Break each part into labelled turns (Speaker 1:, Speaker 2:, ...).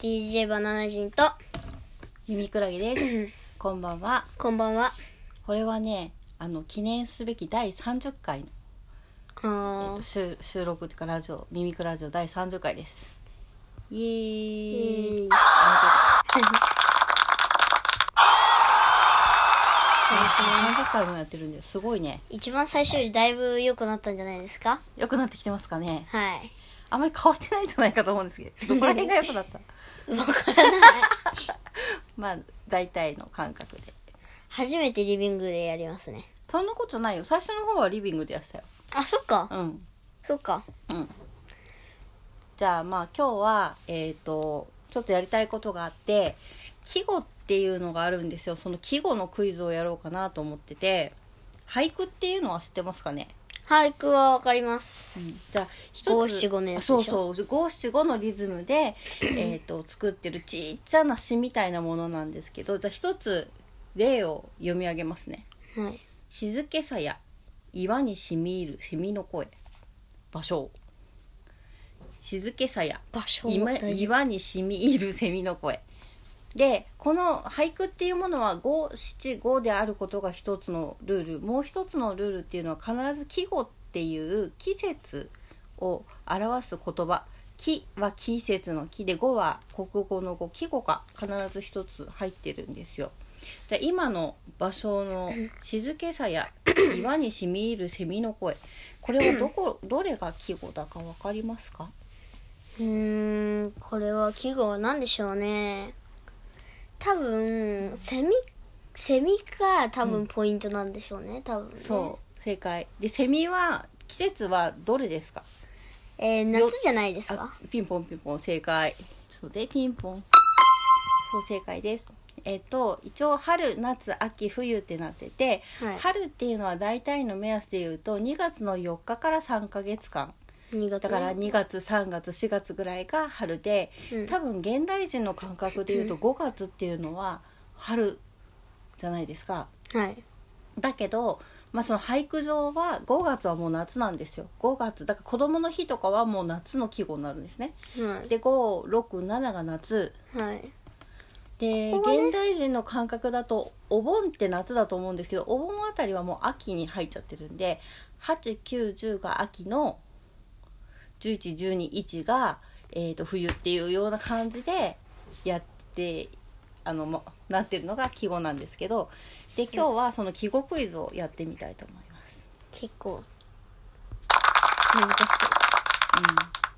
Speaker 1: DJ バナナ人と、
Speaker 2: 耳くらげですこんばんは
Speaker 1: こんばんは。
Speaker 2: これはねあの記念すべき第30回の、えっ
Speaker 1: あ
Speaker 2: と収収録というかラジオ耳くラジオ第30回ですイエ
Speaker 1: ー
Speaker 2: ーイ
Speaker 1: イ。
Speaker 2: あ30回もやってるんですごいね
Speaker 1: 一番最初よりだいぶ良くなったんじゃないですか
Speaker 2: 良くなってきてますかね
Speaker 1: はい。
Speaker 2: あまり変わってないんじゃないかと思うんですけどどこら辺が良くなった
Speaker 1: わからない。
Speaker 2: まあ大体の感覚で
Speaker 1: 初めてリビングでやりますね。
Speaker 2: そんなことないよ最初の方はリビングでやってたよ
Speaker 1: あ、そっか。
Speaker 2: うん
Speaker 1: そっか。
Speaker 2: うん、じゃあまあ今日はえっ、とちょっとやりたいことがあって季語っていうのがあるんですよその季語のクイズをやろうかなと思ってて俳句っていうのは知ってますかね、
Speaker 1: 俳句はわかります。
Speaker 2: じゃあ一つ
Speaker 1: 五七五のやつでしょ
Speaker 2: そうそう五七五のリズムでえーと作ってるちっちゃな詩みたいなものなんですけどじゃあ一つ例を読み上げますね
Speaker 1: はい。
Speaker 2: 静けさや岩にしみ入る蝉の声芭蕉静けさや
Speaker 1: 場所
Speaker 2: 今
Speaker 1: 大事
Speaker 2: 岩に染み入るセミの声でこの俳句っていうものは五七五であることが一つのルールもう一つのルールっていうのは必ず季語っていう季節を表す言葉季は季節の季で五は国語の五季語が必ず一つ入ってるんですよじゃあ今の場所の静けさや岩に染み入るセミの声これはどこどれが季語だか分かりますか
Speaker 1: うーん、これは季語は何でしょうね。多分、セミ、セミが多分ポイントなんでしょうね、多分、ね。
Speaker 2: そう正解でセミは季節はどれですか
Speaker 1: えー、夏じゃないです
Speaker 2: あ
Speaker 1: か
Speaker 2: ピンポンピンポン正解そうでピンポンそう正解ですえっと一応春夏秋冬ってなってて、
Speaker 1: はい
Speaker 2: 春っていうのは大体の目安でいうと2月の4日から3ヶ月間
Speaker 1: 新潟
Speaker 2: だから2月3月4月ぐらいが春で、
Speaker 1: うん
Speaker 2: 多分現代人の感覚でいうと5月っていうのは春じゃないですか
Speaker 1: はい
Speaker 2: だけど、まあ、その俳句上は5月はもう夏なんですよ5月だから子供の日とかはもう夏の季語になるんですね
Speaker 1: はい
Speaker 2: で567が夏
Speaker 1: はい
Speaker 2: で、
Speaker 1: ここはね
Speaker 2: 現代人の感覚だとお盆って夏だと思うんですけどお盆あたりはもう秋に入っちゃってるんで8910が秋の1112が、えー、と冬っていうような感じでやってあのもなってるのが季語なんですけどで今日はその季語クイズをやってみたいと思います。
Speaker 1: 結構難し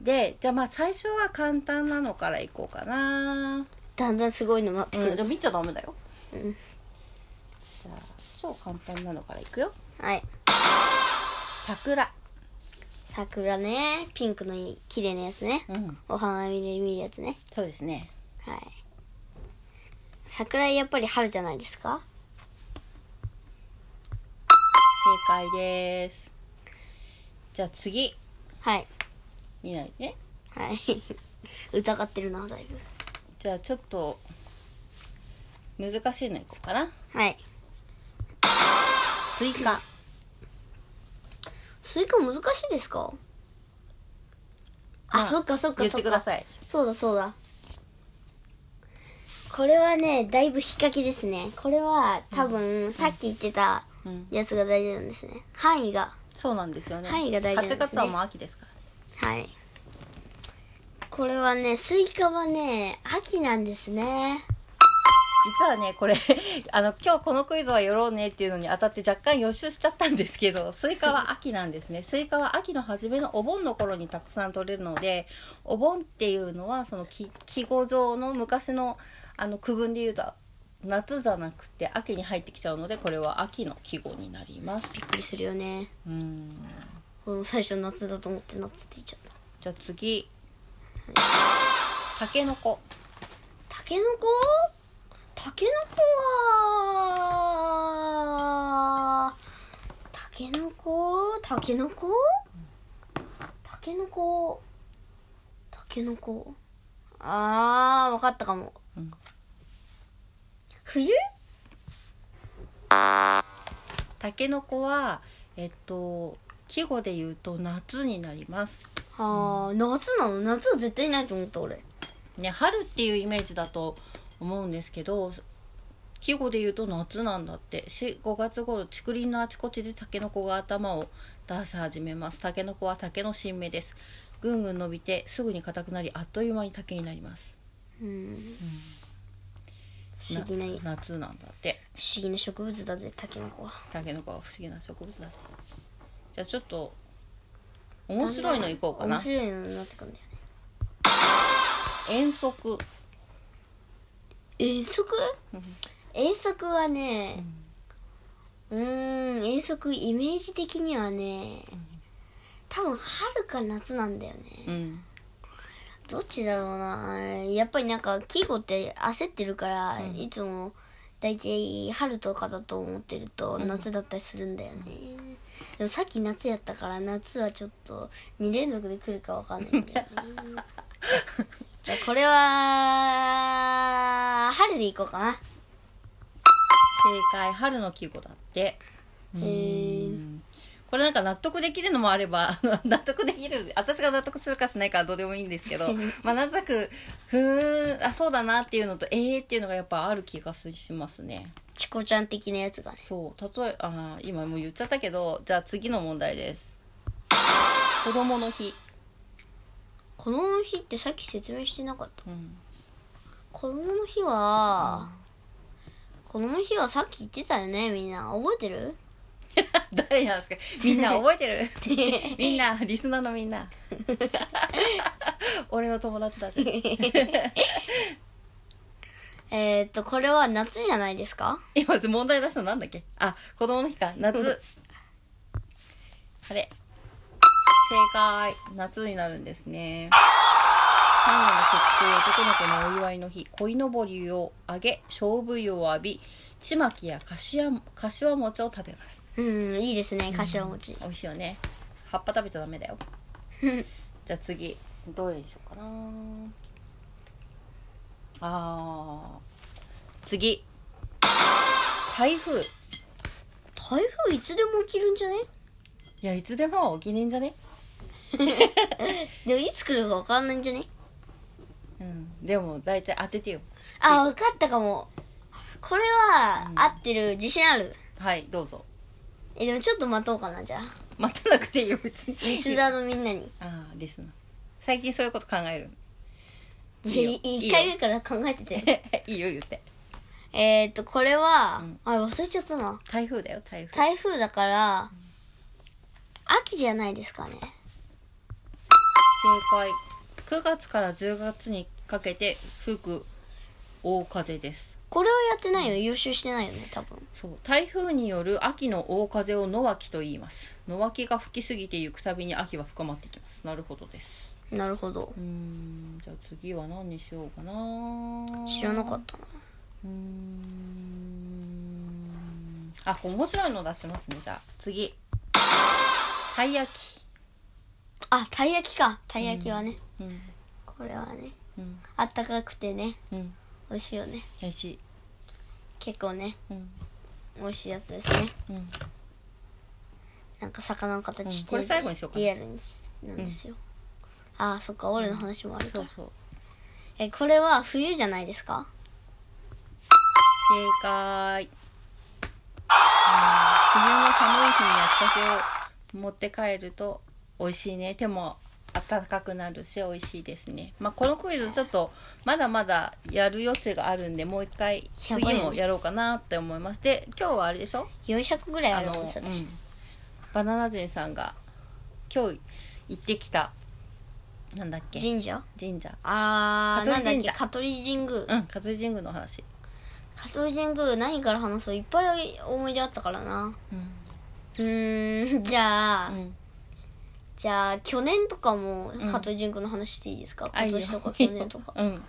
Speaker 1: い
Speaker 2: でじゃあまあ最初は簡単なのからいこうかな、
Speaker 1: だんだんすごいのになってく
Speaker 2: うん、
Speaker 1: る、
Speaker 2: でも見ちゃダメだよ
Speaker 1: うん
Speaker 2: じゃあ超簡単なのからいくよ
Speaker 1: はい
Speaker 2: 桜
Speaker 1: 桜ねピンクの綺麗なやつね
Speaker 2: うん
Speaker 1: お花見で見るやつね
Speaker 2: そうですね
Speaker 1: はい桜やっぱり春じゃないですか
Speaker 2: 正解ですじゃあ次
Speaker 1: はい
Speaker 2: 見ないでね
Speaker 1: はい 疑ってるなだい
Speaker 2: じゃあちょっと難しいのいこうかな
Speaker 1: ぶはい
Speaker 2: スイカ
Speaker 1: スイカ難しいですかあ、
Speaker 2: まあ
Speaker 1: そっかそっか
Speaker 2: 言っ
Speaker 1: そってか
Speaker 2: ください
Speaker 1: そうだそうだ。これはね、だいぶ引っ掛けですね。これは多分、さっき言ってた
Speaker 2: うん、
Speaker 1: やつが大事なんですね。範囲が。
Speaker 2: そうなんですよね。
Speaker 1: 範囲が大事なんですね
Speaker 2: 8月はもう秋ですから。
Speaker 1: はい。これはね、スイカはね、秋なんですね。
Speaker 2: 実はねこれ あの今日このクイズはやろうねっていうのに当たって若干予習しちゃったんですけどスイカは秋なんですねスイカは秋の初めのお盆の頃にたくさん取れるのでお盆っていうのはそのき季語上の昔のあの区分で言うと夏じゃなくて秋に入ってきちゃうのでこれは秋の季語になります
Speaker 1: びっくりするよね。
Speaker 2: うん
Speaker 1: 俺も最初夏だと思って夏って言っちゃった。
Speaker 2: じゃあ次たけのこ
Speaker 1: タケノコタケノコはタケノコタケノコタケノコタケノコあーわかったかも、
Speaker 2: うん
Speaker 1: 冬
Speaker 2: たけのこはえっと季語で言うと夏になります
Speaker 1: あー夏なの夏は絶対ないと思った俺
Speaker 2: ね、春っていうイメージだと思うんですけど季語で言うと夏なんだってし5月頃竹林のあちこちでタケノコが頭を出し始めますタケノコは竹の新芽ですぐんぐん伸びてすぐに硬くなりあっという間に竹になります
Speaker 1: うん
Speaker 2: うん
Speaker 1: 不思議な不
Speaker 2: な夏なんだって
Speaker 1: 思議な植物だぜタケノコは
Speaker 2: タケノコは不思議な植物だねじゃあちょっと面白いのいこうかな
Speaker 1: 面白いのになってくんだよね
Speaker 2: 遠足
Speaker 1: 遠足遠足はねうーん遠足イメージ的にはね多分春か夏なんだよね
Speaker 2: うん
Speaker 1: どっちだろうなやっぱりなんか季語って焦ってるから、いつも大体春とかだと思ってると夏だったりするんだよね、でもさっき夏やったから夏はちょっと2連続で来るかわかんないんだよねじゃあこれは春でいこうかな
Speaker 2: 正解春の季語だって
Speaker 1: えー
Speaker 2: うんこれなんか納得できるのもあれば 納得できる私が納得するかしないかはどうでもいいんですけどまあなんとなくふーんあそうだなっていうのとえーっていうのがやっぱある気がしますね
Speaker 1: チコちゃん的なやつがね
Speaker 2: そう例えあー今もう言っちゃったけどじゃあ次の問題です子供の日、
Speaker 1: この日ってさっき説明してなかった
Speaker 2: うん、
Speaker 1: 子供の日は、子供の日はさっき言ってたよねみんな覚えてる
Speaker 2: 誰なんですかみんな覚えてる みんなリスナーのみんな俺の友達だぜ
Speaker 1: えーっとこれは夏じゃないですか
Speaker 2: 今問題出したのなんだっけあ子供の日か夏あれ正解夏になるんですね春の節句男の子のお祝いの日鯉のぼりをあげ勝負湯を浴びちまきやかしわかしわ餅を食べます
Speaker 1: うんいいですね柏 餅
Speaker 2: 美味しいよね葉っぱ食べちゃダメだよじゃあ次どれにしようかなあー次台風
Speaker 1: 台風いつでも起きるんじゃね
Speaker 2: いやいつでも起きねえんじゃね
Speaker 1: でもいつ来るか分かんないんじゃね
Speaker 2: うんでも大体当ててよ
Speaker 1: あ分かったかもこれは、合ってる自信ある
Speaker 2: はいどうぞ
Speaker 1: えでもちょっと待とうかなじゃあ
Speaker 2: 待たなくていいよ別に
Speaker 1: リスナーのみんなに
Speaker 2: ああリスナー最近そういうこと考えるいいよ
Speaker 1: じゃあ1回目から考えてて
Speaker 2: いいよ言って
Speaker 1: えーっとこれは、
Speaker 2: ん
Speaker 1: あ忘れちゃったな
Speaker 2: 台風だよ台風
Speaker 1: 台風だから秋じゃないですかね
Speaker 2: 正解9月から10月にかけて吹く大風です
Speaker 1: これはやってないよ優秀してないよね多分
Speaker 2: そう台風による秋の大風を野脇と言います野脇が吹きすぎてゆくたびに秋は深まってきますなるほどです
Speaker 1: なるほど
Speaker 2: うーんじゃあ次は何にしようかな
Speaker 1: 知らなかったな
Speaker 2: うーんあこれ面白いの出しますねじゃあ次たい焼き
Speaker 1: あたい焼きかたい焼きはね、
Speaker 2: うん
Speaker 1: これはね
Speaker 2: うん
Speaker 1: あったかくてね
Speaker 2: うん
Speaker 1: 美味しいよね
Speaker 2: 美味しい
Speaker 1: 結構ね
Speaker 2: うん
Speaker 1: 美味しいやつですね
Speaker 2: うん
Speaker 1: なんか魚の形して
Speaker 2: うんこ
Speaker 1: る、
Speaker 2: れ最後にしようかな
Speaker 1: リアルになんですよ、あーそっか俺の話もあるか
Speaker 2: そ
Speaker 1: ら、
Speaker 2: うそう
Speaker 1: えこれは冬じゃないですか
Speaker 2: 正解うん冬の寒い日に焼きたてを持って帰ると美味しいね手も暖かくなるし美味しいですね、まあ、このクイズちょっとまだまだやる余地があるんでもう一回
Speaker 1: や
Speaker 2: 次
Speaker 1: ばいね
Speaker 2: もやろうかなって思いますで今日はあれでしょ
Speaker 1: 400ぐらいあ
Speaker 2: あ
Speaker 1: る
Speaker 2: の、
Speaker 1: もんそれ
Speaker 2: うんバナナ人さんが今日行ってきたなんだっけ
Speaker 1: 神社
Speaker 2: 神社
Speaker 1: あー
Speaker 2: 香
Speaker 1: な
Speaker 2: 取
Speaker 1: んだっ
Speaker 2: 神
Speaker 1: け
Speaker 2: 社
Speaker 1: 香取神宮、
Speaker 2: うん香取神宮の話、
Speaker 1: 香取神宮何から話そういっぱい思い出あったからな
Speaker 2: うん
Speaker 1: うーんじゃあ、
Speaker 2: うん、
Speaker 1: じゃあ去年とかも香取神宮の話していいですか、
Speaker 2: あい
Speaker 1: 今
Speaker 2: いよ
Speaker 1: 年とか去年とか
Speaker 2: うん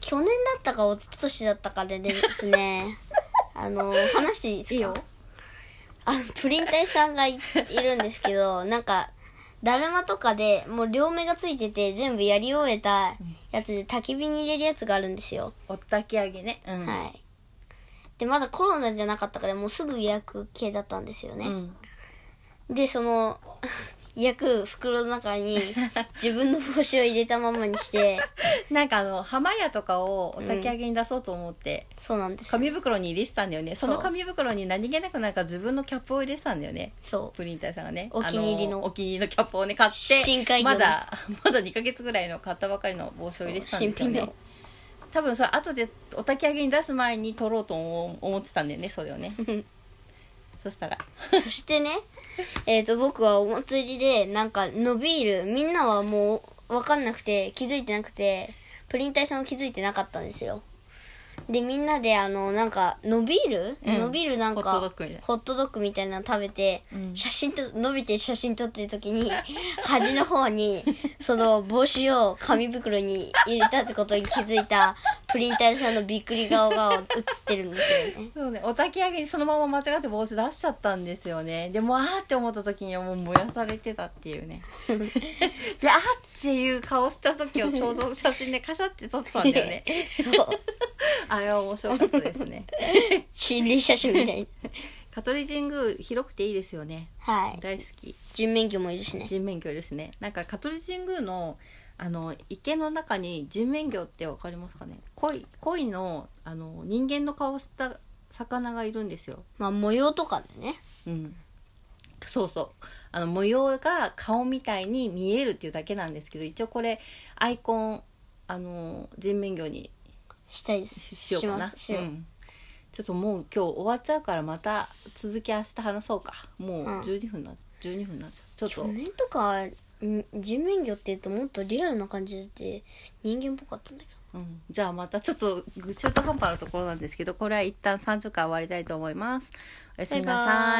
Speaker 1: 去年だったか一昨年だったかでですね あの話していいですか
Speaker 2: いいよ
Speaker 1: あのプリン体さんがいいるんですけ どなんかだるまとかでもう両目がついてて全部やり終えたやつで焚き火に入れるやつがあるんですよ、
Speaker 2: おったき上げねうん
Speaker 1: はいでまだコロナじゃなかったからもうすぐ予約系だったんですよね、
Speaker 2: うん
Speaker 1: でその 焼く袋の中に自分の帽子を入れたままにして
Speaker 2: なんかあの浜屋とかをお焚き上げに出そうと思って、
Speaker 1: そうなんですよ
Speaker 2: 紙袋に入れてたんだよねそ
Speaker 1: そう
Speaker 2: の紙袋に何気なくなんか自分のキャップを入れてたんだよね
Speaker 1: そ
Speaker 2: プリンターさんがね
Speaker 1: お気に入りの
Speaker 2: あお気に入りのキャップをね買って
Speaker 1: 深海魚の
Speaker 2: まだ まだ2ヶ月ぐらいの買ったばかりの帽子を入れてたんですよ
Speaker 1: そう新品
Speaker 2: ね
Speaker 1: の
Speaker 2: 多分それ後でお焚き上げに出す前に取ろうと思思ってたんだよねそれ をね
Speaker 1: う
Speaker 2: そしたら
Speaker 1: そしてねえっと僕はお祭りでなんか伸びるみんなはもう分かんなくて気づいてなくてプリン体さんは気づいてなかったんですよでみんなであのなんか伸びる、
Speaker 2: うん
Speaker 1: 伸びるなんか
Speaker 2: ホットドッグみたいな
Speaker 1: ホットドッグみたいなの食べて、
Speaker 2: うん
Speaker 1: 写真と伸びてる写真撮ってる時に 端の方にその帽子を紙袋に入れたってことに気づいたプリン体さんのびっくり顔が映ってるんですよね
Speaker 2: そうね、お焚き上げにそのまま間違って帽子出しちゃったんですよねでもうあーって思った時にはもう燃やされてたってい うねであーっていう顔した時をちょうど写真で カシャって撮ってたんだよね
Speaker 1: そう
Speaker 2: あれは面白かったですね
Speaker 1: 心霊写真みたいに
Speaker 2: 香取神宮広くていいですよね
Speaker 1: はい
Speaker 2: 大好き
Speaker 1: 人面魚もいるしね
Speaker 2: 人面魚いるしねなんか香取神宮のあの池の中に人面魚ってわかりますかね鯉鯉のあの人間の顔した魚がいるんですよ
Speaker 1: まあ模様とかでね
Speaker 2: うん、そうそうあの模様が顔みたいに見えるっていうだけなんですけど一応これアイコンあの人面魚に
Speaker 1: したいです
Speaker 2: ししようかな
Speaker 1: しよう
Speaker 2: うん、ちょっともう今日終わっちゃうからまた続き明日話そうかもう
Speaker 1: うん
Speaker 2: 12分な、12分になっちゃうち
Speaker 1: 去
Speaker 2: ょっと
Speaker 1: 年とかん人面魚っていうともっとリアルな感じで人間っぽかったんだけど
Speaker 2: うん、じゃあまたちょっと中途半端なところなんですけどこれは一旦30回終わりたいと思いますおやすみな
Speaker 1: バイバ
Speaker 2: さ
Speaker 1: イ
Speaker 2: い